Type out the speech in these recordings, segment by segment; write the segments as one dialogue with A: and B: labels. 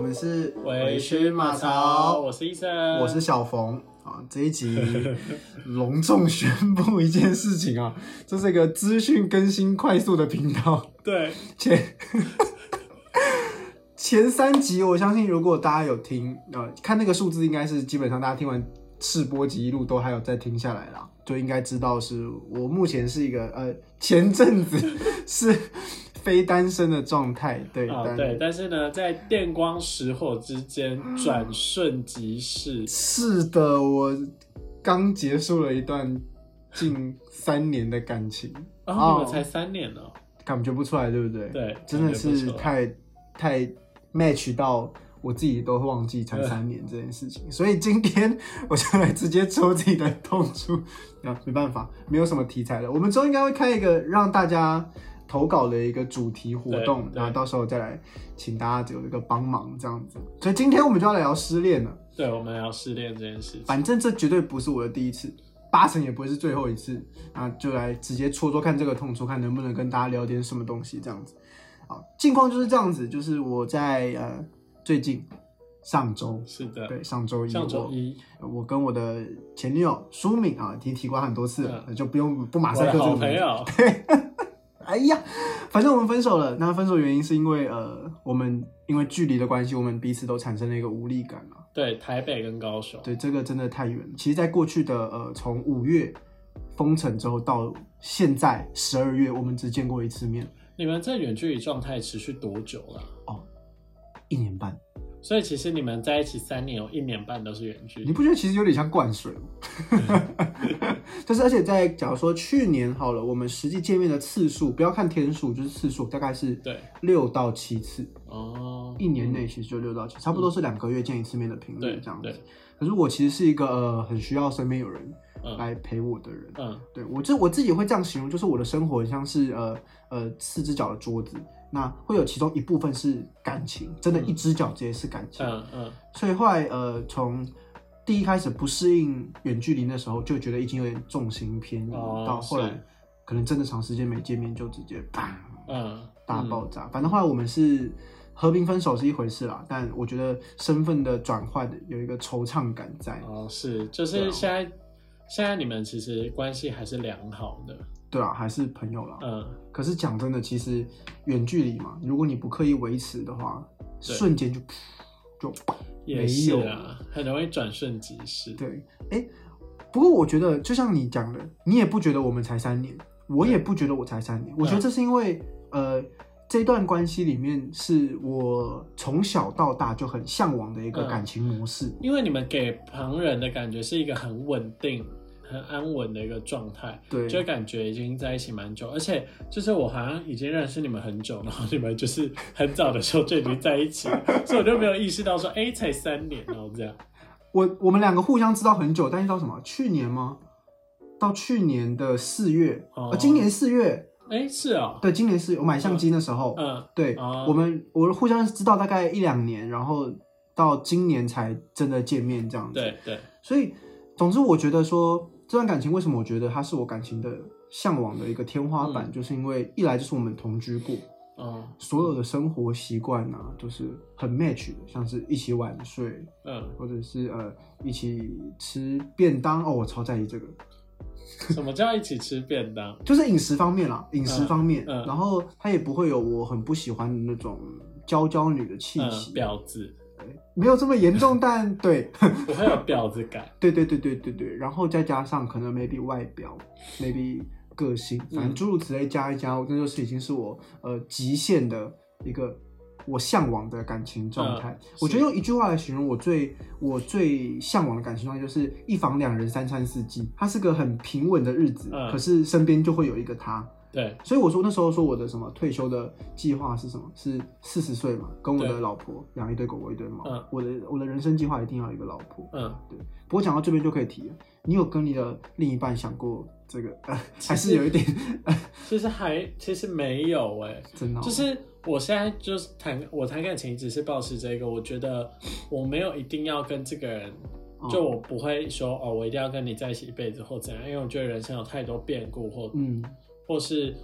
A: 们是
B: 委
A: 屈
B: 屈
A: 嗯马
B: 马
A: 槽
B: 槽，我是医生，
A: 我是小冯啊。这一集 隆重宣布一件事情啊，这是一个资讯更新快速的频道。
B: 对
A: 前前三集，我相信如果大家有听，呃，看那个数字，应该是基本上大家听完试播集一路都还有再听下来啦，就应该知道是我目前是一个呃前阵子 是非单身的状态，对，
B: 啊、
A: 但
B: 对，但是呢，在电光石火之间转瞬即逝，
A: 是的，我刚结束了一段近三年的感情，
B: 然
A: 哦
B: 后你们才三年哦，
A: 感觉不出来，对不对？，
B: 对，
A: 真的
B: 感觉
A: 是
B: 不错
A: 太太 match 到我自己都会忘记才三年这件事情，所以今天我就来直接戳自己的痛处 啊，没办法，没有什么题材了。我们之后应该会开一个让大家投稿的一个主题活动，
B: 对对
A: 然后到时候再来请大家有一个帮忙这样子。所以今天我们就要来聊失恋了。
B: 对，我们聊失恋这件事情，
A: 反正这绝对不是我的第一次，八成也不会是最后一次，啊，就来直接戳戳看这个痛处，看能不能跟大家聊点什么东西这样子。好，近况就是这样子，就是我在呃最近上周，
B: 是的，
A: 对上周一，
B: 上周一，
A: 我呃我跟我的前女友舒敏啊，已经提过很多次了，就不用不马
B: 嗯我
A: 赛
B: 的
A: 克这
B: 好
A: 个
B: 朋
A: 名字。
B: 友，
A: 哎呀，反正我们分手了。那分手原因是因为呃，我们因为距离的关系，我们彼此都产生了一个无力感嘛。
B: 对，台北跟高雄，
A: 对，这个真的太远了。其实，在过去的呃，从五月封城之后到现在十二月，我们只见过一次面，
B: 你们这远距离状态持续多久了？
A: 一年半。
B: 所以其实你们在一起三年，有一年半都是远距
A: 你
B: 离，
A: 不觉得其实有点像灌水吗？ 就是，而且在假如说去年好了，我们实际见面的次数，不要看天数，就是次数，大概是
B: 对，
A: 六到七次，
B: 哦，
A: 一年内其实就六到七，差不多是两个月见一次面的频率
B: 嗯对
A: 这样
B: 对
A: 子。可是我其实是一个呃，很需要身边有人
B: 嗯
A: 来陪我的人。
B: 嗯，
A: 对我这我自己会这样形容，就是我的生活很像是呃呃四只脚的桌子，那会有其中一部分是感情，真的，
B: 嗯
A: 一只脚直接是感情。
B: 嗯嗯，
A: 所以后来呃从第一开始不适应远距离那时候，就觉得已经有点重心偏移，
B: 哦
A: 到后来
B: 是
A: 可能真的长时间没见面，就直接啪
B: 嗯，
A: 大爆炸。反正后来我们是。和平分手是一回事啦，但我觉得身份的转换有一个惆怅感在。
B: 哦，是，就
A: 对啊
B: 是现在，现在你们其实关系还是良好的，
A: 对啊，还是朋友啦。
B: 嗯，
A: 可是讲真的，其实远距离嘛，如果你不刻意维持的话，
B: 对
A: 瞬间就噗就
B: 也是啊，很容易转瞬即逝。
A: 对。哎、不过我觉得，就像你讲的，你也不觉得我们才三年，我也不觉得我才三年。我觉得这是因为，呃，这段关系里面是我从小到大就很向往的一个
B: 嗯
A: 感情模式。
B: 因为你们给旁人的感觉是一个很稳定、很安稳的一个状态，
A: 对，
B: 就感觉已经在一起蛮久，而且就是我好像已经认识你们很久，然后你们就是很早的时候就已经在一起了，所以我就没有意识到说，哎、才三年，然后这样，
A: 我我们两个互相知道很久，但是到什么？去年吗？到去年的四月，
B: 哦
A: 呃今年四月，
B: 哎、是哦，
A: 对，今年四月我买相机那时候，
B: 嗯，
A: 对，
B: 哦
A: 我们我互相知道大概一两年，然后到今年才真的见面这样子。，
B: 对对，
A: 所以总之我觉得说这段感情为什么我觉得它是我感情的向往的一个天花板，就是因为一来就是我们同居过，
B: 嗯
A: 所有的生活习惯啊都是很 match 的，像是一起晚睡，
B: 嗯，
A: 或者是呃一起吃便当。哦，我超在意这个，
B: 什么叫一起吃便当？
A: 就是饮食方面啦，饮食方面，
B: 嗯
A: 然后它也不会有我很不喜欢的那种娇娇女的气
B: 嗯，
A: 息。啊
B: 婊子，
A: 没有这么严重，但 对，
B: 我会有婊子感。
A: 对对对对对对，然后再加上可能 maybe 外表，maybe 个性，反正
B: 嗯
A: 诸如此类加一加，我那就是已经是我呃极限的一个我向往的感情状态。
B: 嗯
A: 我觉得
B: 是
A: 用一句话来形容我最我最向往的感情状态，就是一房两人三餐四季，它是个很平稳的日子，
B: 嗯
A: 可是身边就会有一个他。
B: 对，
A: 所以我说那时候说我的什么退休的计划是什么？是四十岁嘛，跟我的
B: 对
A: 老婆养一堆狗狗一堆猫。
B: 嗯
A: 我的我的人生计划一定要有一个老婆。
B: 嗯，
A: 不过讲到这边就可以提了，你有跟你的另一半想过 这个？呃、
B: 实
A: 还是有一点
B: 其实还其实没有哎、
A: 真的哦、
B: 就是我现在就是谈我谈感情，只是保持这个，我觉得我没有一定要跟这个人，
A: 哦
B: 就我不会说哦，我一定要跟你在一起一辈子或怎样，因为我觉得人生有太多变故或、
A: 嗯
B: 或是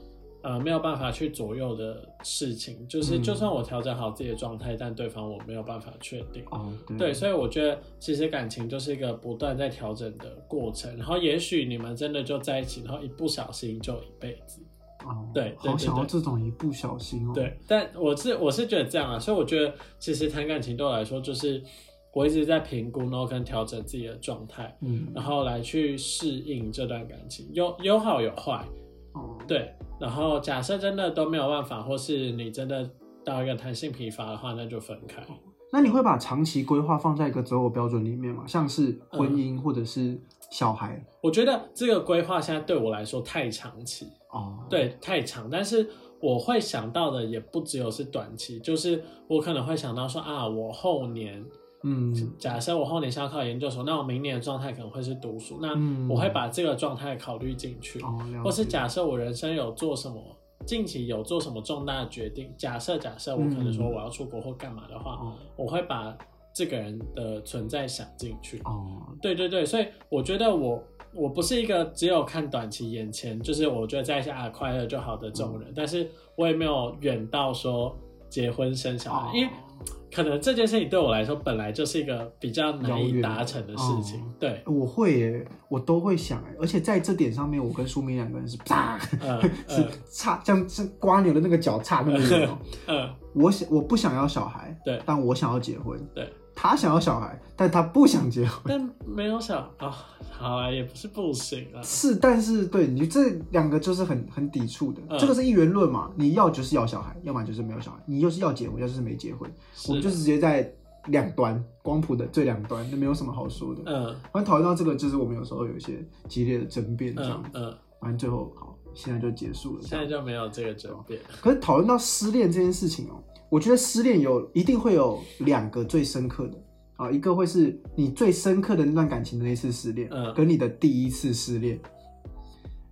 B: 呃没有办法去左右的事情，就是
A: 嗯
B: 就算我调整好自己的状态，但对方我没有办法确定。
A: 哦，对，
B: 对，所以我觉得其实感情就是一个不断在调整的过程，然后也许你们真的就在一起，然后一不小心就一辈子。
A: 哦，
B: 对对
A: 好
B: 对
A: 想要
B: 对
A: 这种一不小心哦，
B: 对，但我是我是觉得这样啊，所以我觉得其实谈感情对我来说，就是我一直在评估，然后跟调整自己的状态，
A: 嗯，
B: 然后来去适应这段感情，有有好有坏，
A: 哦，
B: 对。然后假设真的都没有办法，或是你真的到一个弹性疲乏的话，那就分开。
A: 那你会把长期规划放在一个择偶标准里面吗？像是婚
B: 嗯
A: 姻或者是小孩？
B: 我觉得这个规划现在对我来说太长期，
A: 哦，，
B: 对，太长。但是我会想到的也不只有是短期，就是我可能会想到说啊，我后年
A: 嗯，
B: 假设我后年是要考研究所，那我明年的状态可能会是读书，那
A: 嗯
B: 我会把这个状态考虑进去。
A: 哦，了解
B: 或是假设我人生有做什么，近期有做什么重大的决定，假设假设我可能说
A: 嗯
B: 我要出国或干嘛的话，
A: 哦
B: 我会把这个人的存在想进去。
A: 哦，
B: 对对对，所以我觉得我我不是一个只有看短期眼前，就是我觉得在一下啊快乐就好的这种
A: 嗯
B: 人，但是我也没有远到说结婚生小孩，
A: 哦
B: 因为可能这件事情对我来说本来就是一个比较难以达成的事情。
A: 遥远
B: 对，
A: 我会耶，我都会想耶，而且在这点上面，我跟苏明两个人是啪，
B: 嗯
A: 是
B: 嗯
A: 差，像是瓜牛的那个脚差那 么远哦。
B: 嗯，
A: 我想我不想要小孩，
B: 对
A: 但我想要结婚。
B: 对，
A: 他想要小孩，但他不想结婚。
B: 但没有想啊、好啊，也不是不行啊。
A: 是，但是对你这两个就是很很抵触的，
B: 嗯
A: 这个是一元论嘛，你要就是要小孩，要么就是没有小孩，你又是要结婚，要就是没结婚，我们就是直接在两端光谱的最两端，就没有什么好说的。
B: 嗯
A: 反正讨论到这个，就是我们有时候有一些激烈的争辩这样
B: 嗯，嗯，
A: 反正最后好，现在就结束了这
B: 现在
A: 样。
B: 就没有这个
A: 哦
B: 转变。
A: 可是讨论到失恋这件事情哦，我觉得失恋有一定会有两个最深刻的啊，一个会是你最深刻的那段感情的那一次失恋，
B: 嗯
A: 跟你的第一次失恋，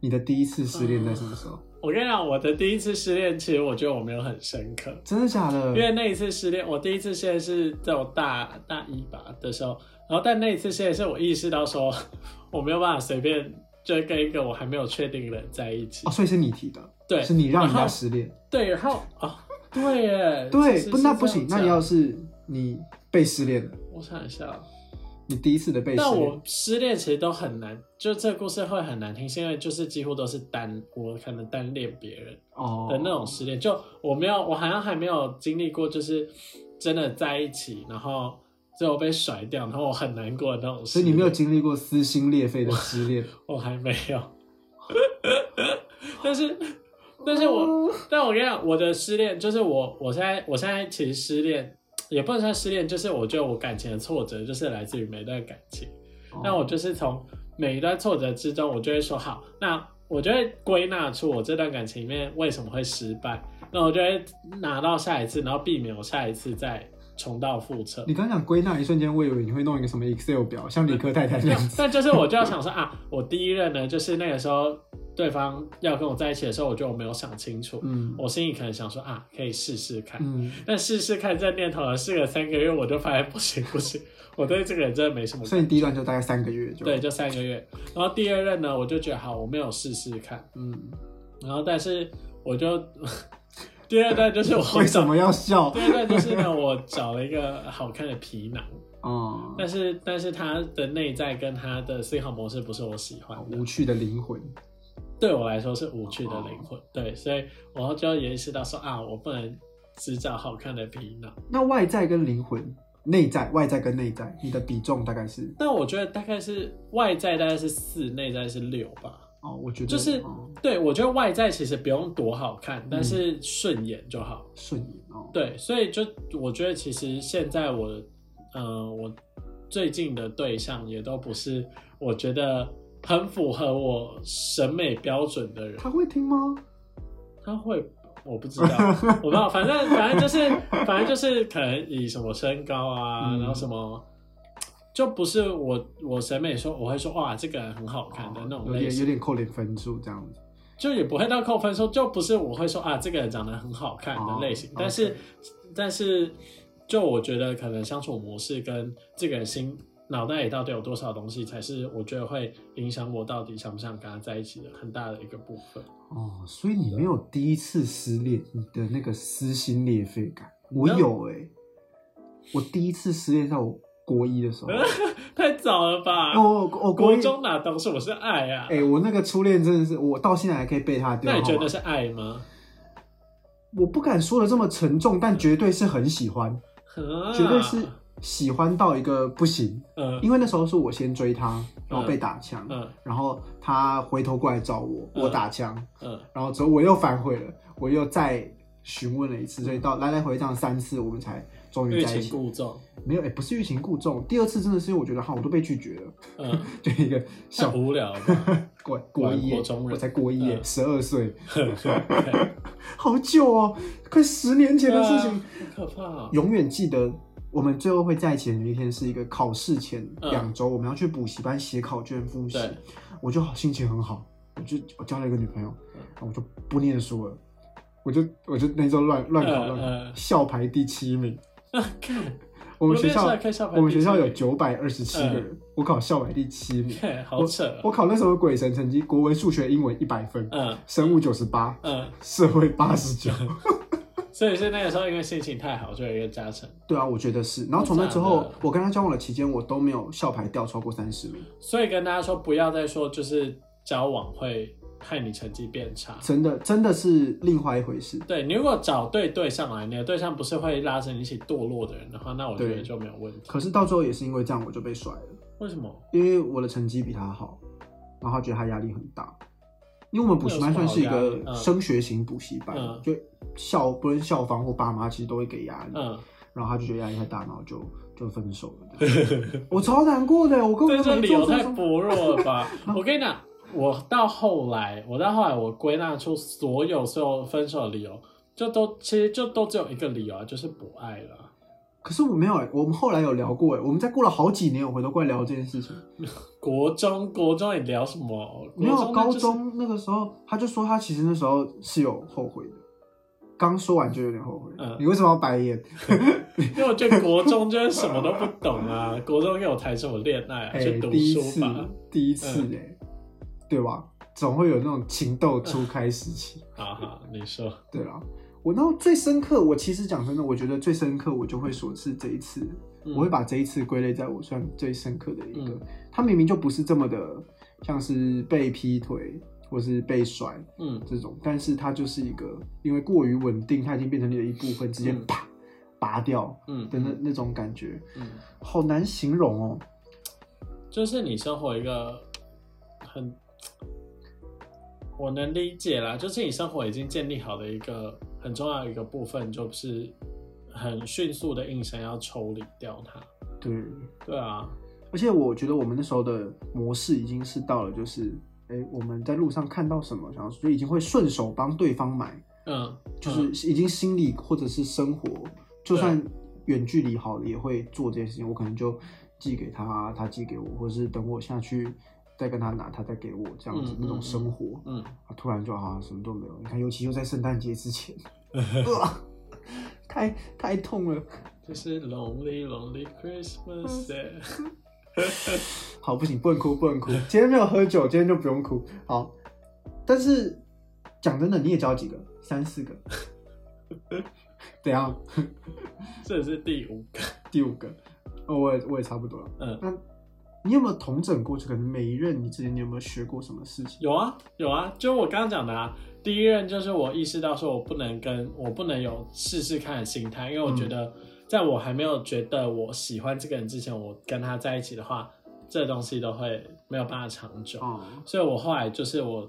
A: 你的第一次失恋在什么时候？
B: 我跟你讲，我的第一次失恋，其实我觉得我没有很深刻。
A: 真的假的？
B: 因为那一次失恋，我第一次失恋是在我大大一吧的时候，然后但那一次失恋是我意识到说 我没有办法随便就跟一个我还没有确定的人在一起。
A: 哦，所以是你提的，
B: 对
A: 是你让人
B: 然
A: 家
B: 后
A: 失恋，
B: 对，然后哦，对耶，
A: 对
B: 其，实
A: 不
B: 是
A: 那
B: 这
A: 不
B: 样
A: 行，那
B: 讲
A: 你要是你被失恋了，
B: 我想一下，
A: 你第一次的被失
B: 但
A: 恋
B: 我，失恋其实都很难，就这个故事会很难听，是因为就是几乎都是单我可能单恋别人
A: 哦
B: 的那种失恋，就我没有，我好像还没有经历过，就是真的在一起，然后最后被甩掉，然后我很难过的那种失
A: 所以
B: 恋。
A: 你没有经历过撕心裂肺的失恋，
B: 我还没 有，但是， 但是我，
A: 哦
B: 但我跟你讲，我的失恋就是我，我现在，我现在其实失恋也不能算失恋，就是我觉得我感情的挫折就是来自于每一段感情，
A: 哦
B: 那我就是从每一段挫折之中，我就会说好，那我就会归纳出我这段感情里面为什么会失败，那我就会拿到下一次，然后避免我下一次再重蹈覆辙。
A: 你刚刚讲归纳一瞬间，我以为你会弄一个什么 Excel 表，像理科太太那样子。
B: 但就是我就要想说啊，我第一任呢，就是那个时候对方要跟我在一起的时候，我觉得我没有想清楚，
A: 嗯
B: 我心里可能想说啊，可以试试看。
A: 嗯，
B: 但试试看这念头了，试了三个月，我就发现不行不行，我对这个人真的没什么。
A: 所以你第一段就大概三个月就
B: 对，，就三个月。然后第二任呢，我就觉得好，我没有试试看。
A: 嗯，
B: 然后但是我就 第二段就是我
A: 为什
B: 找，
A: 么要笑
B: 第？二段就是呢，我找了一个好看的皮囊，
A: 哦，
B: 但是 但是他的内在跟他的思考模式不是我喜欢的。
A: 无趣的灵魂。
B: 对我来说是无趣的灵
A: 哦
B: 魂，对，所以我就也意识到说啊，我不能只找好看的皮囊。
A: 那外在跟灵魂，内在、外在跟内在，你的比重大概是
B: 那我觉得大概是外在大概是四，内在是六吧。
A: 哦，我觉得
B: 就是
A: 哦
B: 对，我觉得外在其实不用多好看，但是顺眼就好。
A: 顺眼哦。
B: 对，所以就我觉得其实现在我，嗯、我最近的对象也都不是我觉得很符合我审美标准的人。
A: 他会听吗？
B: 他会，我不知道， 我不知道，反正反正就是反正就是可能以什么身高啊，
A: 嗯
B: 然后什么，就不是我我审美说我会说哇这个人很好看的那种
A: 哦有
B: 类
A: 点
B: 型，
A: 有点扣点分数这样子。
B: 就也不会到扣分说就不是我会说啊这个人长得很好看的类型，
A: 哦
B: 但是
A: OK
B: 但是就我觉得可能相处模式跟这个人心脑袋里到底有多少东西，才是我觉得会影响我到底想不想跟他在一起的很大的一个部分。
A: 哦，所以你没有第一次失恋的那个撕心裂肺感，我
B: 有
A: 有哎、我第一次失恋在我国一的 时候，
B: 太早了吧？
A: 我我哦我国
B: 国
A: 一，
B: 中哪懂什么是爱啊？
A: 哎、啊我那个初恋真的是，我到现在还可以背他的电
B: 那
A: 话
B: 你
A: 号
B: 觉
A: 码
B: 得。是爱吗？
A: 我不敢说的这么沉重，但绝对是很喜欢，
B: 啊
A: 绝对是喜欢到一个不行。
B: 嗯
A: 因为那时候是我先追他，然后被打枪，
B: 嗯
A: 然后他回头过来找我，
B: 嗯
A: 我打枪，
B: 嗯
A: 然后之后我又反悔了，我又再询问了一次，所以到来来回这样三次，我们才终于
B: 嗯欲
A: 在一
B: 擒
A: 起。
B: 故纵，
A: 没有，哎、不是欲擒故纵，第二次真的是因为我觉得哈，我都被拒绝了，
B: 嗯，
A: 就一个
B: 太
A: 小
B: 无聊了吧。
A: 国国一耶
B: 国中，人
A: 我才国一耶，
B: 嗯
A: 十二岁，
B: 很很
A: 好久哦，快十年前的 事情。
B: 可怕哦、
A: 永远记得我们最后会在一起的那一天是一个考试前
B: 嗯
A: 两周，我们要去补习班写考卷复习
B: 对，
A: 我就好心情很好，我就我交了一个女朋友，
B: 嗯
A: 然后我就不念书了，我就我就那周乱乱考
B: 嗯
A: 乱考，
B: 嗯
A: 校排第七名。
B: 啊， 看
A: 我们学
B: 我那
A: 校
B: 时候还可以校排第七名嗯
A: 我们学校有九百二十七个人，我考校排第七 名，
B: 看，好扯哦、
A: 我考那时候鬼神成绩，国文、数学、英文一百分，
B: 嗯
A: 生物九十八，
B: 嗯，
A: 社会八十九。
B: 所以是那个时候因为心情太好，就有一个加成。
A: 对啊，我觉得是。然后从那之后
B: 真的，啊
A: 我跟他交往的期间，我都没有校牌掉超过三十名，
B: 所以跟大家说，不要再说就是交往会害你成绩变差。
A: 真的真的是另外一回事。
B: 对你如果找对对象来，你的对象不是会拉着你一起堕落的人的话，那我觉得
A: 对
B: 就没有问题。
A: 可是到最后也是因为这样，我就被甩了，
B: 为什么？
A: 因为我的成绩比他好，然后他觉得他压力很大。因为我们补习班算是一
B: 那有什么好压
A: 个
B: 力嗯
A: 升学型补习班，
B: 嗯
A: 就校不论校方或爸妈其实都会给压力，
B: 嗯，
A: 然后他就觉得压力太大，然后就就分手了。 我超难过的，我根
B: 对
A: 本
B: 这
A: 就
B: 理
A: 没做
B: 由
A: 这
B: 太
A: 种。
B: 薄弱了吧？我跟你讲，我到后来，我到后来，我归纳出所有所有分手的理由，就都其实就都只有一个理由啊，就是不爱了。
A: 可是我没有、欸，我们后来有聊过、欸，我们在过了好几年，我回头过来聊这件事情。
B: 国中，国中你聊什么？
A: 没有
B: 国中那
A: 高
B: 就是
A: 中那个时候，他就说他其实那时候是有后悔的，刚说完就有点后悔。
B: 嗯
A: 你为什么要白眼？
B: 因为我觉得国中就是什么都不懂 啊，国中跟我谈什么恋爱啊，
A: 哎、
B: 去读
A: 第一
B: 书
A: 次
B: 吧。，
A: 第一次
B: 嗯
A: 哎、对吧？总会有那种情窦初开时期。
B: 好好，啊你说，
A: 对啦，我然后最深刻，我其实讲真的，我觉得最深刻，我就会说是这一次，
B: 嗯
A: 我会把这一次归类在我算最深刻的一个
B: 嗯。
A: 他明明就不是这么的，像是被劈腿或是被甩，
B: 嗯
A: 这种，但是它就是一个因为过于稳定，它已经变成你的一部分，直接
B: 嗯
A: 啪拔掉
B: 嗯，
A: 的那那种感觉，
B: 嗯，
A: 好难形容哦。
B: 就是你生活一个很，我能理解啦，就是你生活已经建立好的一个很重要的一个部分，就是很迅速的硬生要抽离掉它。
A: 对，
B: 对啊，
A: 而且我觉得我们那时候的模式已经是到了，就是哎、诶我们在路上看到什么，然后就已经会顺手帮对方买，
B: 嗯，
A: 就是已经心理或者是生活，就算远距离好了，也会做这件事情。我可能就寄给他，他寄给我，或者是等我下去再跟他拿，他再给我这样子、
B: 嗯
A: 那
B: 嗯
A: 种
B: 嗯
A: 生活。
B: 嗯，
A: 啊，突然就好像什么都没有。你看，尤其又在圣诞节 之前，哇太太痛了。
B: 就是 lonely lonely Christmas，耶、
A: 嗯好，不行，不能哭，不能哭。今天没有喝酒，今天就不用哭。好，但是讲真的，你也交几个？三四个？ 怎样？
B: 这是第五个，
A: 第五个？哦，我也我也差不多了。
B: 嗯，
A: 那你有没有统整过去？可能每一任你之间，你有没有学过什么事情？
B: 有啊，有啊，就我刚刚讲的啊。第一任就是我意识到说我不能跟我不能有试试看的心态，因
A: 嗯
B: 为我觉得在我还没有觉得我喜欢这个人之前，我跟他在一起的话，这东西都会没有办法长久。
A: 哦
B: 所以我后来就是我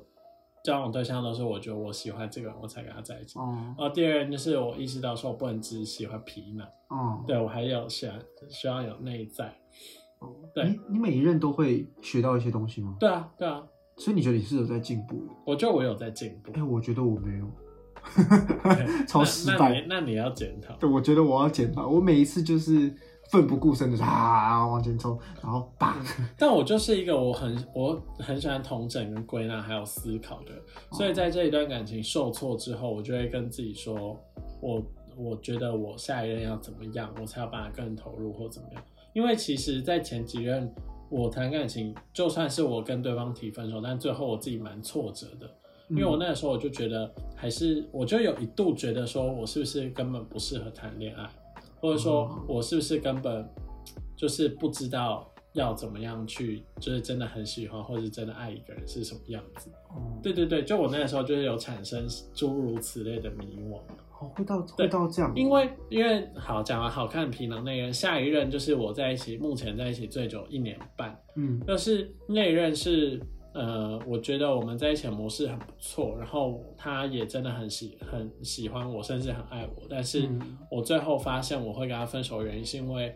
B: 交往对象都是我觉得我喜欢这个人，我才跟他在一起。
A: 哦
B: 然后第二任就是我意识到说我不能只喜欢皮囊，
A: 哦，
B: 对我还有喜欢需要有内在。
A: 哦
B: 对
A: 你你每一任都会学到一些东西吗？
B: 对啊，对啊，
A: 所以你觉得你是有在进步的？
B: 我觉得我有在进步
A: 哎、。我觉得我没有
B: 对，
A: 超失
B: 那那你
A: 败。
B: 那你要检讨。
A: 对，我觉得我要检讨，我每一次就是奋不顾身的啊往前冲，然后叭，
B: 但我就是一个我很我很喜欢统整跟归纳还有思考的人，所以在这一段感情受挫之后，我就会跟自己说，我我觉得我下一任要怎么样，我才有办法更投入或怎么样。因为其实，在前几任我谈感情，就算是我跟对方提分手，但最后我自己蛮挫折的，因
A: 嗯
B: 为我那个时候我就觉得，还是我就有一度觉得说，我是不是根本不适合谈恋爱，或者说
A: 哦
B: 我是不是根本就是不知道要怎么样去，就是真的很喜欢或是真的爱一个人是什么样子。
A: 哦，
B: 对对对，就我那个时候就是有产生诸如此类的迷惘。
A: 哦会到会到这样哦，
B: 因为因为好讲完好看皮囊那一任，下一任就是我在一起，目前在一起最久一年半，
A: 嗯
B: 就是那一任是呃，我觉得我们在一起的模式很不错，然后他也真的很喜很喜欢我，甚至很爱我，但是
A: 嗯
B: 我最后发现我会跟他分手的原因是因为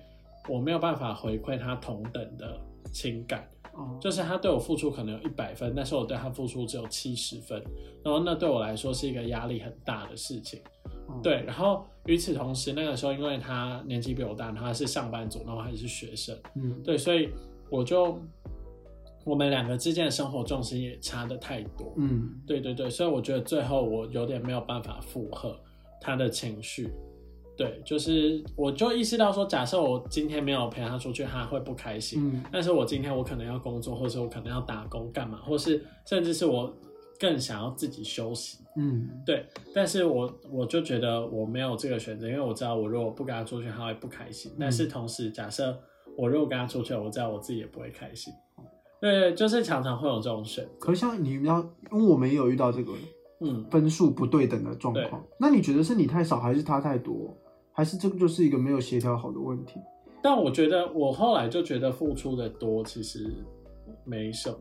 B: 我没有办法回馈他同等的情感。
A: 哦
B: 就是他对我付出可能有一百分，但是我对他付出只有七十分，然后那对我来说是一个压力很大的事情。
A: 哦
B: 对，然后与此同时，那个时候因为他年纪比我大，他是上班族，然后还是学生，
A: 嗯
B: 对，所以我就我们两个之间的生活重心也差的太多。
A: 嗯
B: 对对对，所以我觉得最后我有点没有办法负荷他的情绪。对，就是我就意识到说，假设我今天没有陪他出去，他会不开心。
A: 嗯
B: 但是我今天我可能要工作，或者我可能要打工干嘛，或是甚至是我更想要自己休息。
A: 嗯
B: 对，但是我我就觉得我没有这个选择，因为我知道我如果不跟他出去，他会不开心。但
A: 嗯
B: 是同时，假设我如果跟他出去，我知道我自己也不会开心。哦对，就是常常会有这种选择。
A: 可是像你们要，因为我们也有遇到这个
B: 嗯，
A: 分数不对等的状况，那你觉得是你太少，还是他太多，还是这个就是一个没有协调好的问题？
B: 但我觉得我后来就觉得付出的多其实没什么。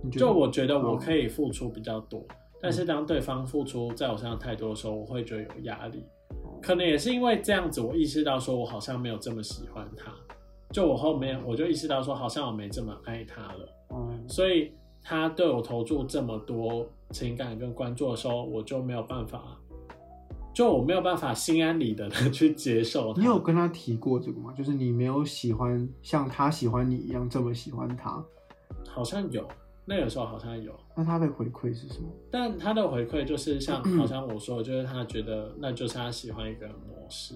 A: 你觉得？嗯
B: 就我觉得我可以付出比较多，但是当对方付出在我身上太多的时候，我会觉得有压力。
A: 哦
B: 可能也是因为这样子，我意识到说我好像没有这么喜欢他。就我后面我就意识到说，好像我没这么爱他了。
A: 嗯
B: 所以他对我投注这么多情感跟关注的时候，我就没有办法，就我没有办法心安理得的去接受他。
A: 你有跟他提过这个吗？就是你没有喜欢像他喜欢你一样这么喜欢他，
B: 好像有，那个时候好像有。
A: 那他的回馈是什么？
B: 但他的回馈就是像，好像我说的，就是他觉得那就是他喜欢一个模式，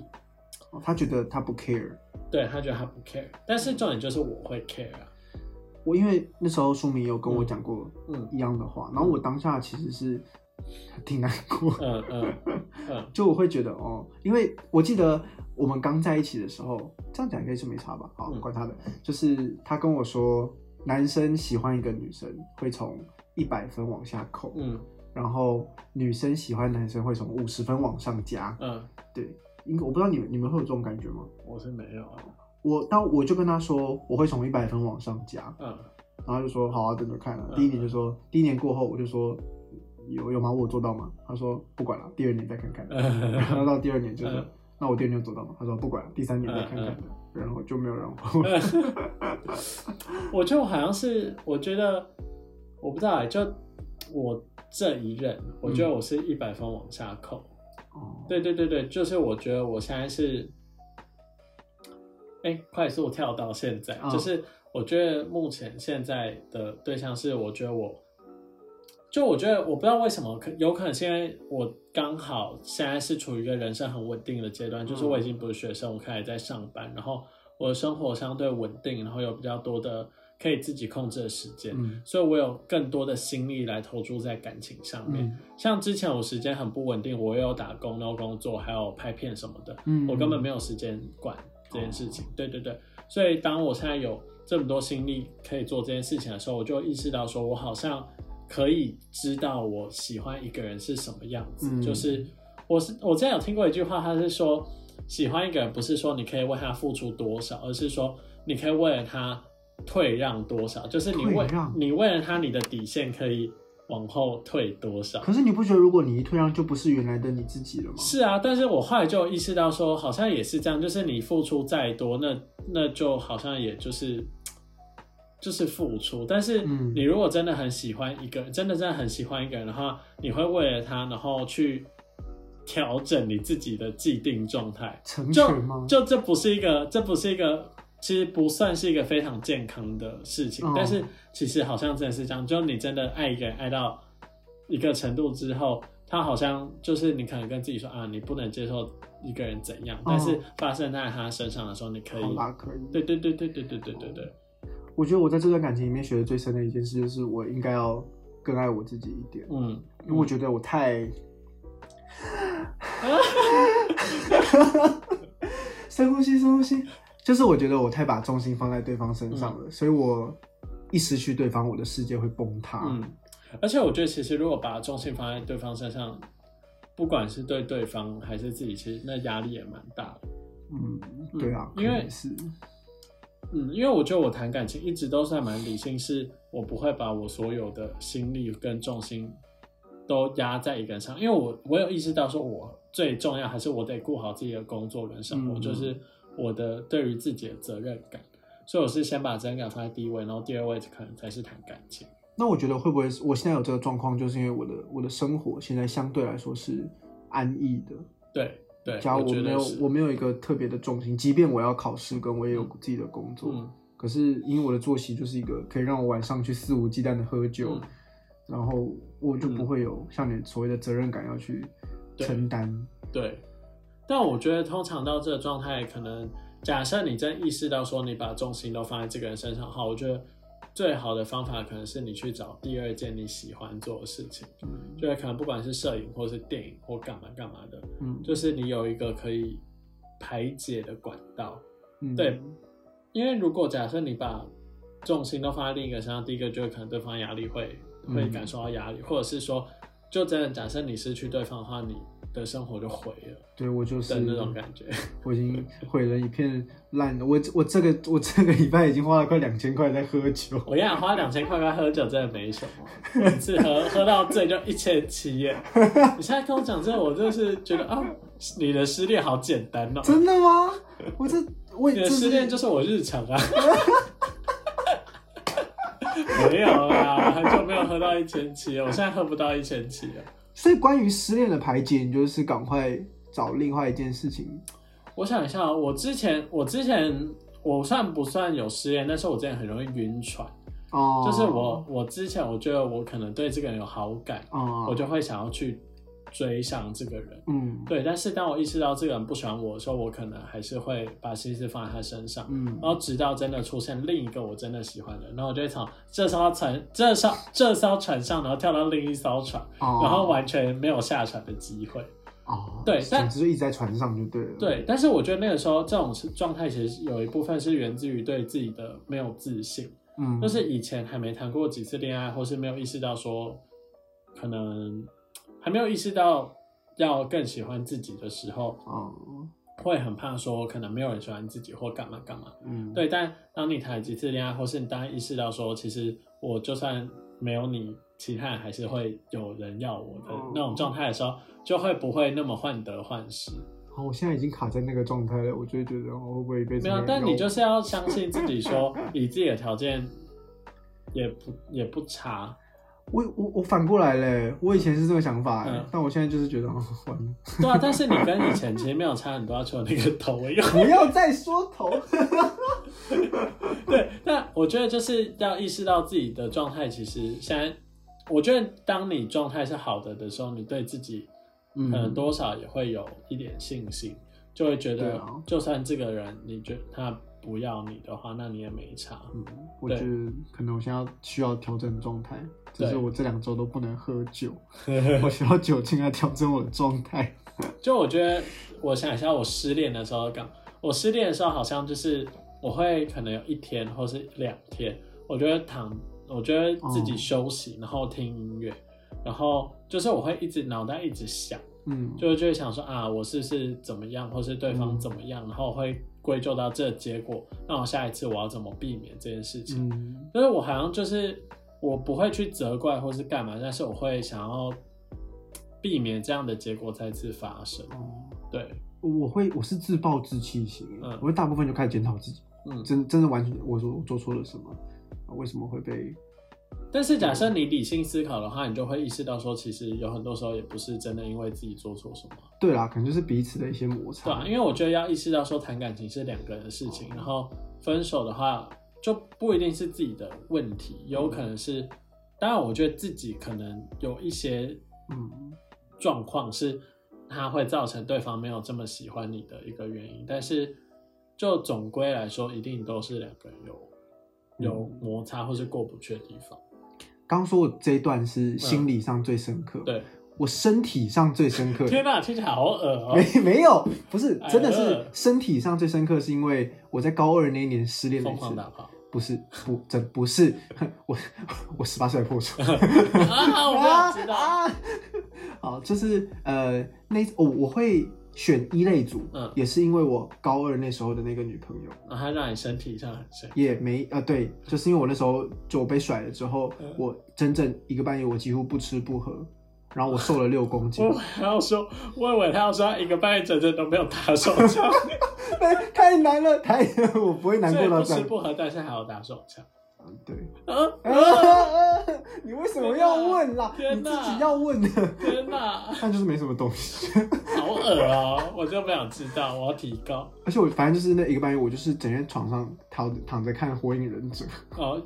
A: 哦他觉得他不 care。
B: 对他觉得他不 care。但是重点就是我会 care 啊，
A: 我因为那时候书明有跟我讲过
B: 嗯
A: 一样的话，然后我当下其实是 挺难过，
B: 嗯嗯嗯，
A: 就我会觉得哦，因为我记得我们刚在一起的时候，这样讲应该是没差吧？好，
B: 嗯
A: 管他的，就是他跟我说，男生喜欢一个女生会从一百分往下扣，
B: 嗯
A: 然后女生喜欢男生会从五十分往上加。
B: 嗯，
A: 对，应该我不知道你们你们会有这种感觉吗？
B: 我是没有啊，
A: 我当我就跟他说我会从一百分往上加，
B: 嗯
A: 然后他就说好啊，等着看啊。
B: 嗯
A: 第一年就说第一年过后，我就说有有吗？我有做到吗？他说不管了，第二年再看看。然后
B: 嗯
A: 到第二年就说，
B: 嗯
A: 那我第二年有做到吗？他说不管，第三年再看看。
B: 嗯
A: 然后就没有然 后。
B: 我就好像是，我觉得我不知道、欸，就我这一任，我觉得我是一百分往下扣。
A: 哦，
B: 对对对对，就是我觉得我现在是，哎、快速跳到现在，
A: 嗯
B: 就是我觉得目前现在的对象是，我觉得我，就我觉得我不知道为什么，可有可能是因为我刚好现在是处于一个人生很稳定的阶段，就是我已经不是学生，我开始在上班，然后我的生活相对稳定，然后有比较多的可以自己控制的时间，
A: 嗯
B: 所以我有更多的心力来投注在感情上面。
A: 嗯
B: 像之前我时间很不稳定，我又有打工，然后工作，还有拍片什么的，
A: 嗯哦
B: 我根本没有时间管这件事情。对对对，所以当我现在有这么多心力可以做这件事情的时候，我就意识到说，我好像可以知道我喜欢一个人是什么样子。
A: 嗯
B: 就是我是我之前有听过一句话，他是说，喜欢一个人不是说你可以为他付出多少，而是说你可以为了他退让多少，就是你为
A: 退让
B: 你为了他，你的底线可以往后退多少。
A: 可是你不觉得如果你一退让，就不是原来的你自己了吗？
B: 是啊，但是我后来就意识到说，好像也是这样，就是你付出再多，那那就好像也就是就是付出。但是
A: 嗯
B: 你如果真的很喜欢一个人，真的真的很喜欢一个人的话，你会为了他，然后去调整你自己的既定状态。
A: 成
B: 就
A: 全吗？
B: 就这不是一个，这不是一个，其实不算是一个非常健康的事情。
A: 嗯
B: 但是其实好像真的是这样，就你真的爱一个人爱到一个程度之后，他好像就是你可能跟自己说啊，你不能接受一个人怎样，但是发生在他身上的时候，你可以
A: 哦好，吧，可以。
B: 对对对对对对对对对，
A: 我觉得我在这段感情里面学的最深的一件事，就是我应该要更爱我自己一点，
B: 嗯，
A: 因为我觉得我太深呼吸，深呼吸，就是我觉得我太把重心放在对方身上了，
B: 嗯
A: 所以我一失去对方，我的世界会崩塌。
B: 嗯，而且我觉得其实如果把重心放在对方身上，不管是对对方还是自己，其实那压力也蛮大的。
A: 嗯，对啊，
B: 因为
A: 可能是
B: 嗯，因为我觉得我谈感情一直都是还蛮理性，是我不会把我所有的心力跟重心都压在一个人上，因为我我有意识到说，我最重要还是我得顾好自己的工作跟生活，
A: 嗯
B: 就是我的对于自己的责任感，所以我是先把责任感放在第一位，然后第二位可能才是谈感情。
A: 那我觉得会不会是我现在有这个状况，就是因为我的我的生活现在相对来说是安逸的，
B: 对对，
A: 假如我
B: 觉
A: 没
B: 得
A: 有
B: 是
A: 我没有一个特别的重心，即便我要考试，跟我也有
B: 嗯
A: 自己的工作，
B: 嗯
A: 可是因为我的作息就是一个可以让我晚上去肆无忌惮的喝酒，
B: 嗯
A: 然后我就不会有像你所谓的责任感要去
B: 对
A: 承担。
B: 对，但我觉得通常到这个状态，可能假设你真意识到说你把重心都放在这个人身上的话，我觉得最好的方法可能是你去找第二件你喜欢做的事情，就是可能不管是摄影或是电影或干嘛干嘛的，
A: 嗯，
B: 就是你有一个可以排解的管道。
A: 嗯
B: 对，因为如果假设你把重心都放在另一个身上，第一个就是可能对方压力会
A: 嗯
B: 会感受到压力，或者是说，就真的假设你失去对方的话，你的生活就毁了
A: 对我就是
B: 的那种感觉。
A: 我已经毁了一片烂的。我我这个我这个礼拜已经花了快两千块在喝 酒。
B: 我跟你讲，花两千块块喝酒真的没什么，每次喝喝到醉就一千七耶。你现在跟我讲这个，我就是觉得啊，你的失恋好简单哦、
A: 真的吗？我这我
B: 你
A: 这
B: 的
A: 是
B: 失恋就是我日常啊。 没有啦，很久没有喝到一千七了，我现在喝不到一千七了。
A: 所以关于失恋的排解，你就是赶快找另外一件事情。
B: 我想一下哦，我之前我之前我算不算有失恋？但是我之前很容易晕船，
A: 哦，
B: 就是我我之前我觉得我可能对这个人有好感，
A: 哦，
B: 我就会想要去追上这个人。
A: 嗯
B: 对，但是当我意识到这个人不喜欢我的时候，我可能还是会把心思放在他身上。
A: 嗯
B: 然后直到真的出现另一个我真的喜欢的人，然后我就会从这艘船、这艘这艘船上，然后跳到另一艘船，
A: 哦，
B: 然后完全没有下船的机会。
A: 哦，
B: 对但
A: 总之就一直在船上就对了。
B: 对，但是我觉得那个时候这种状态其实有一部分是源自于对自己的没有自信，
A: 嗯，
B: 就是以前还没谈过几次恋爱，或是没有意识到说，可能还没有意识到要更喜欢自己的时候，
A: 哦，
B: 会很怕说可能没有人喜欢自己或干嘛干嘛。
A: 嗯，，
B: 对，但当你谈了几次恋爱，或是你当意识到说，其实我就算没有你，其他人还是会有人要我的
A: 哦
B: 那种状态的时候，就会不会那么患得患失。
A: 好，我现在已经卡在那个状态了，我就会觉得我会不会一辈子
B: 没有啊
A: 人，
B: 但
A: 要
B: 你
A: 我
B: 就是要相信自己说以自己的条件也不也不差。
A: 我我我反过来嘞，我以前是这个想法
B: 嗯，
A: 但我现在就是觉得哦完了，
B: 对啊，但是你跟以前其实没有差很多，除了那个头而已。
A: 不要再说头。
B: 对，但我觉得就是要意识到自己的状态。其实现在，我觉得当你状态是好的的时候，你对自己可能
A: 嗯，
B: 多少也会有一点信心，就会觉
A: 对
B: 得
A: 啊，
B: 就算这个人你觉得他不要你的话，那你也没差。
A: 嗯，我
B: 对
A: 觉得可能我现在要需要调整状态，就是
B: 对
A: 我这两周都不能喝 酒，我需要酒精来调整我的状态。
B: 就我觉得，我想一下，我失恋的时候干嘛，我失恋的时候好像就是我会可能有一天或是两天，我就会躺，我就会自己休息，然后听音乐，然后就是我会一直脑袋一直想，
A: 嗯，
B: 就就会想说啊，我是不是怎么样，或是对方
A: 嗯
B: 怎么样，然后会归咎到这个结果，那我下一次我要怎么避免这件事情？
A: 嗯
B: 就是我好像就是我不会去责怪或是干嘛，但是我会想要避免这样的结果再次发生。
A: 哦。
B: 对，
A: 我会，我是自暴自弃型，
B: 嗯
A: 我会大部分就开始检讨自己，
B: 嗯，
A: 真真的完全，我说我做错了什么，啊为什么会被，
B: 但是假设你理性思考的话，你就会意识到说，其实有很多时候也不是真的因为自己做错什么，
A: 对啦，可能就是彼此的一些摩擦，
B: 对啊，因为我觉得要意识到说，谈感情是两个人的事情，然后分手的话就不一定是自己的问题，有可能是当然，我觉得自己可能有一些
A: 嗯，
B: 状况是，它会造成对方没有这么喜欢你的一个原因。但是，就总归来说，一定都是两个人有有
A: 嗯
B: 摩擦或是过不去的地方。
A: 刚说我这一段是心理上最深刻，
B: 嗯对，
A: 我身体上最深刻。
B: 天哪、听起来好恶哦、
A: 没 没有，不是，
B: 哎
A: 真的是
B: 呃
A: 身体上最深刻，是因为我在高二那一年失恋了一
B: 疯
A: 次
B: 狂，打炮
A: 不是不真不是， 我我十八岁还破处，
B: 啊！我不知道，
A: 啊！好，就是呃，那我、我会选一类组，
B: 嗯
A: 也是因为我高二那时候的那个女朋友
B: 然后它啊让你身体上很深。
A: 也没呃，对，就是因为我那时候就被甩了之后，
B: 嗯
A: 我整整一个半月我几乎不吃不喝，然后我瘦了六公 斤
B: 我以，为他要说，我以为他要说他一个半月整整都没有打手枪，
A: 太难了，太我不会 难
B: 所
A: 过
B: 以
A: 到
B: 不
A: 这
B: 吃
A: 样，
B: 不喝，但是还有打手枪。
A: 嗯对。
B: 啊啊！
A: 啊！你为什么要问啦？你
B: 天哪
A: 自己要问的，
B: 天哪！
A: 但就是没什么东西。
B: 好恶哦、我就不想知道，我要提高
A: 而且我反正就是那一个半月，我就是整天床上躺躺着看《火影忍者》，
B: 哦！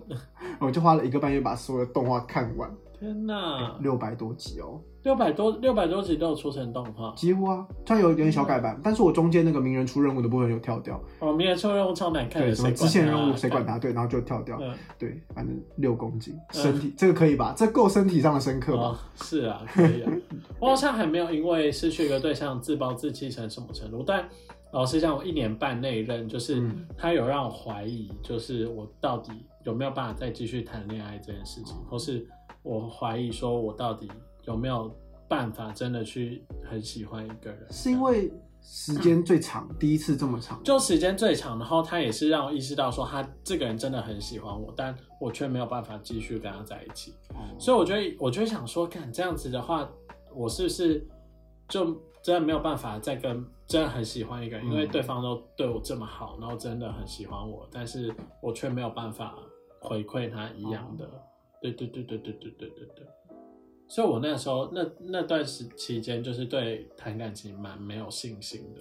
A: 我就花了一个半月把所有的动画看完，
B: 天哪，
A: 六百多集哦，
B: 六百多六百多集都有出成动画，
A: 几乎啊，虽然有有点小改
B: 嗯
A: 版，但是我中间那个鸣人出任务的部分有跳掉，
B: 哦，明人超任务超难看
A: 对，
B: 的，
A: 什么
B: 谁管
A: 支线任务谁管
B: 他
A: 它？对，然后就跳掉
B: 啊？，嗯，
A: 对，反正六公斤，
B: 嗯
A: 身体这个可以吧？这够身体上的深刻吧
B: 哦？，是啊，可 以啊。我好像还没有因为失去一个对象自暴自弃成什么程度，但老实讲，我一年半那一任，就是
A: 嗯
B: 他有让我怀疑，就是我到底有没有办法再继续谈恋爱这件事
A: 哦
B: 情，或是我怀疑说我到底有没有办法真的去很喜欢一个人，
A: 是因为时间最长，第一次这么长，
B: 就时间最长，然后他也是让我意识到说他这个人真的很喜欢我，但我却没有办法继续跟他在一起。
A: 哦
B: 所以我觉得，我就会想说，看这样子的话，我是不是就真的没有办法再跟真的很喜欢一个人，
A: 嗯
B: 因为对方都对我这么好，然后真的很喜欢我，但是我却没有办法回馈他一样的。对对对对对对对对对。所以我那时候那那段时期间，就是对谈感情蛮没有信心的，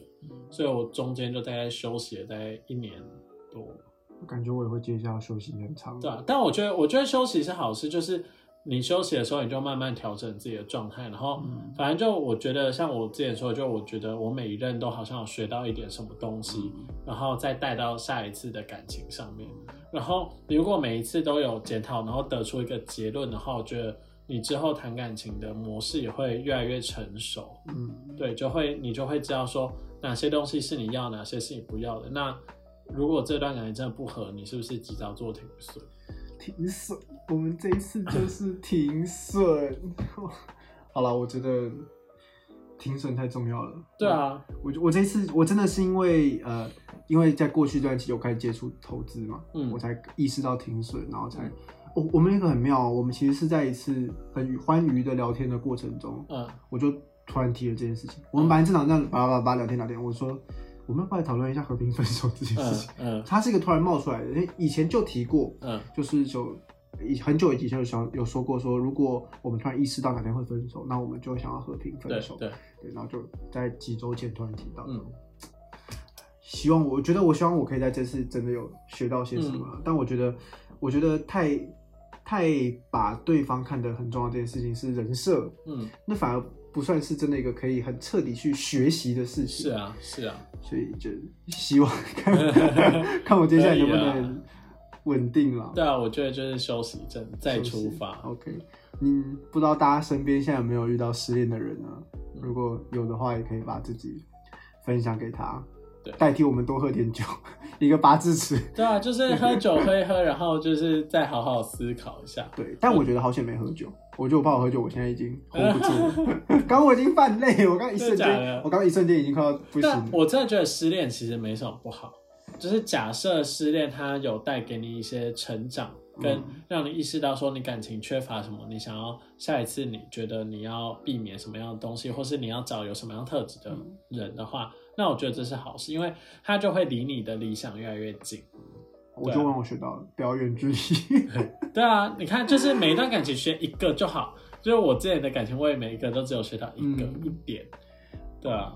B: 所以我中间就大概休息了大概一年多。
A: 我感觉我也会接下来休息很长。
B: 对啊，但我觉得，我觉得休息是好事，就是你休息的时候，你就慢慢调整自己的状态，然后
A: 嗯
B: 反正就我觉得，像我之前说的，就我觉得我每一任都好像有学到一点什么东西，然后再带到下一次的感情上面。然后你如果每一次都有检讨，然后得出一个结论的话，我觉得你之后谈感情的模式也会越来越成熟。
A: 嗯，
B: 对，就会你就会知道说哪些东西是你要，哪些是你不要的。那如果这段感情真的不合，你是不是及早做停损？
A: 停损，我们这一次 就是停损。好了，我觉得停损太重要了。
B: 对，啊，
A: 我我这一次我真的是因为呃，因为在过去一段期间我开始接触投资嘛，
B: 嗯
A: 我才意识到停损，然后才
B: 嗯。
A: 我我们那个很妙哦，我们其实是在一次很愉欢愉的聊天的过程中，
B: 嗯，
A: 我就突然提了这件事情。我们本来正常这样叭叭叭聊天聊天，我说我们要不要来讨论一下和平分手这件事
B: 嗯
A: 情？
B: 嗯
A: 它是一个突然冒出来的，因为以前就提过，
B: 嗯
A: 就是就以很久以前有想有说过说，如果我们突然意识到哪天会分手，那我们就想要和平分
B: 对
A: 手。
B: 对，
A: 对然后就在几周前突然提到，
B: 嗯
A: 希望我觉得我希望我可以在这次真的有学到些什么
B: 嗯
A: 啊，但我觉得我觉得太太把对方看得很重要这件事情是人设，
B: 嗯，
A: 那反而不算是真的一个可以很彻底去学习的事情。
B: 是啊是啊，
A: 所以就希望看 看我接下来能 不
B: 可以
A: 能
B: 啊
A: 稳定了。
B: 对啊，我觉得就是休息一阵再
A: 休息
B: 出发。
A: OK，嗯，不知道大家身边现在有没有遇到失恋的人呢？
B: 嗯
A: 如果有的话，也可以把自己分享给他
B: 对，
A: 代替我们多喝点酒， 一个八字词。
B: 对啊，就是喝酒喝一喝，然后就是再好好思考一 下。
A: 对，但我觉得好险没喝酒，我觉得我怕我喝酒，我现在已经 hold 不住了。 刚刚我已经犯累，我刚刚一
B: 嗯
A: 瞬
B: 真的假的
A: 间，我刚刚一瞬间已经快要不行
B: 但
A: 了。
B: 我真的觉得失恋其实没什么不好，就是假设失恋它有带给你一些成长，跟
A: 嗯
B: 让你意识到说你感情缺乏什么，你想要下一次你觉得你要避免什么样的东西，或是你要找有什么样特质的
A: 嗯
B: 人的话，那我觉得这是好事，因为它就会离你的理想越来越近。
A: 我
B: 啊
A: 就让我学到了，不要远距离。
B: 对啊，你看，就是每一段感情学一个就好，就是我之前的感情，我也每一个都只有学到一个、
A: 嗯
B: 一点。对啊，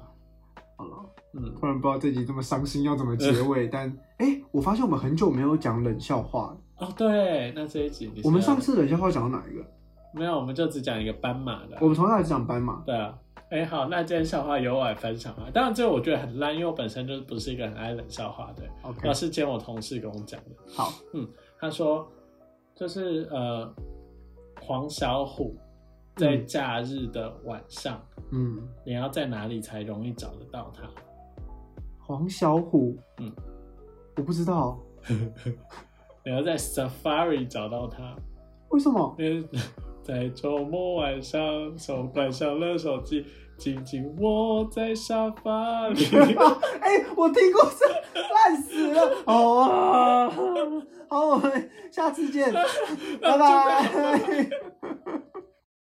A: 好了，
B: 嗯，
A: 突然不知道这集这么伤心要怎么结尾，但哎、诶我发现我们很久没有讲冷笑话了，
B: 哦，对，那这一集你是啊
A: 我们
B: 要
A: 上次冷笑话讲到哪一个？
B: 没有，我们就只讲一个斑马的啊、
A: 我们从头到尾只讲斑马。
B: 对啊，哎、好，那今天笑话由我来分享啊。当然，这个我觉得很烂，因为我本身就不是一个很爱冷笑话的人。
A: OK，
B: 那是今天我同事跟我讲的，嗯
A: 好，
B: 他说就是呃，黄小虎在
A: 嗯
B: 假日的晚上，
A: 嗯，
B: 你要在哪里才容易找得到他？
A: 黄小虎，
B: 嗯，
A: 我不知道
B: 你要在 Safari 找到他，
A: 为什么
B: 因为在周末晚上，手关上了手机，紧紧窝在沙发里。
A: 哎、我听过这，烂死了！哦、啊好，我们下次见，拜拜。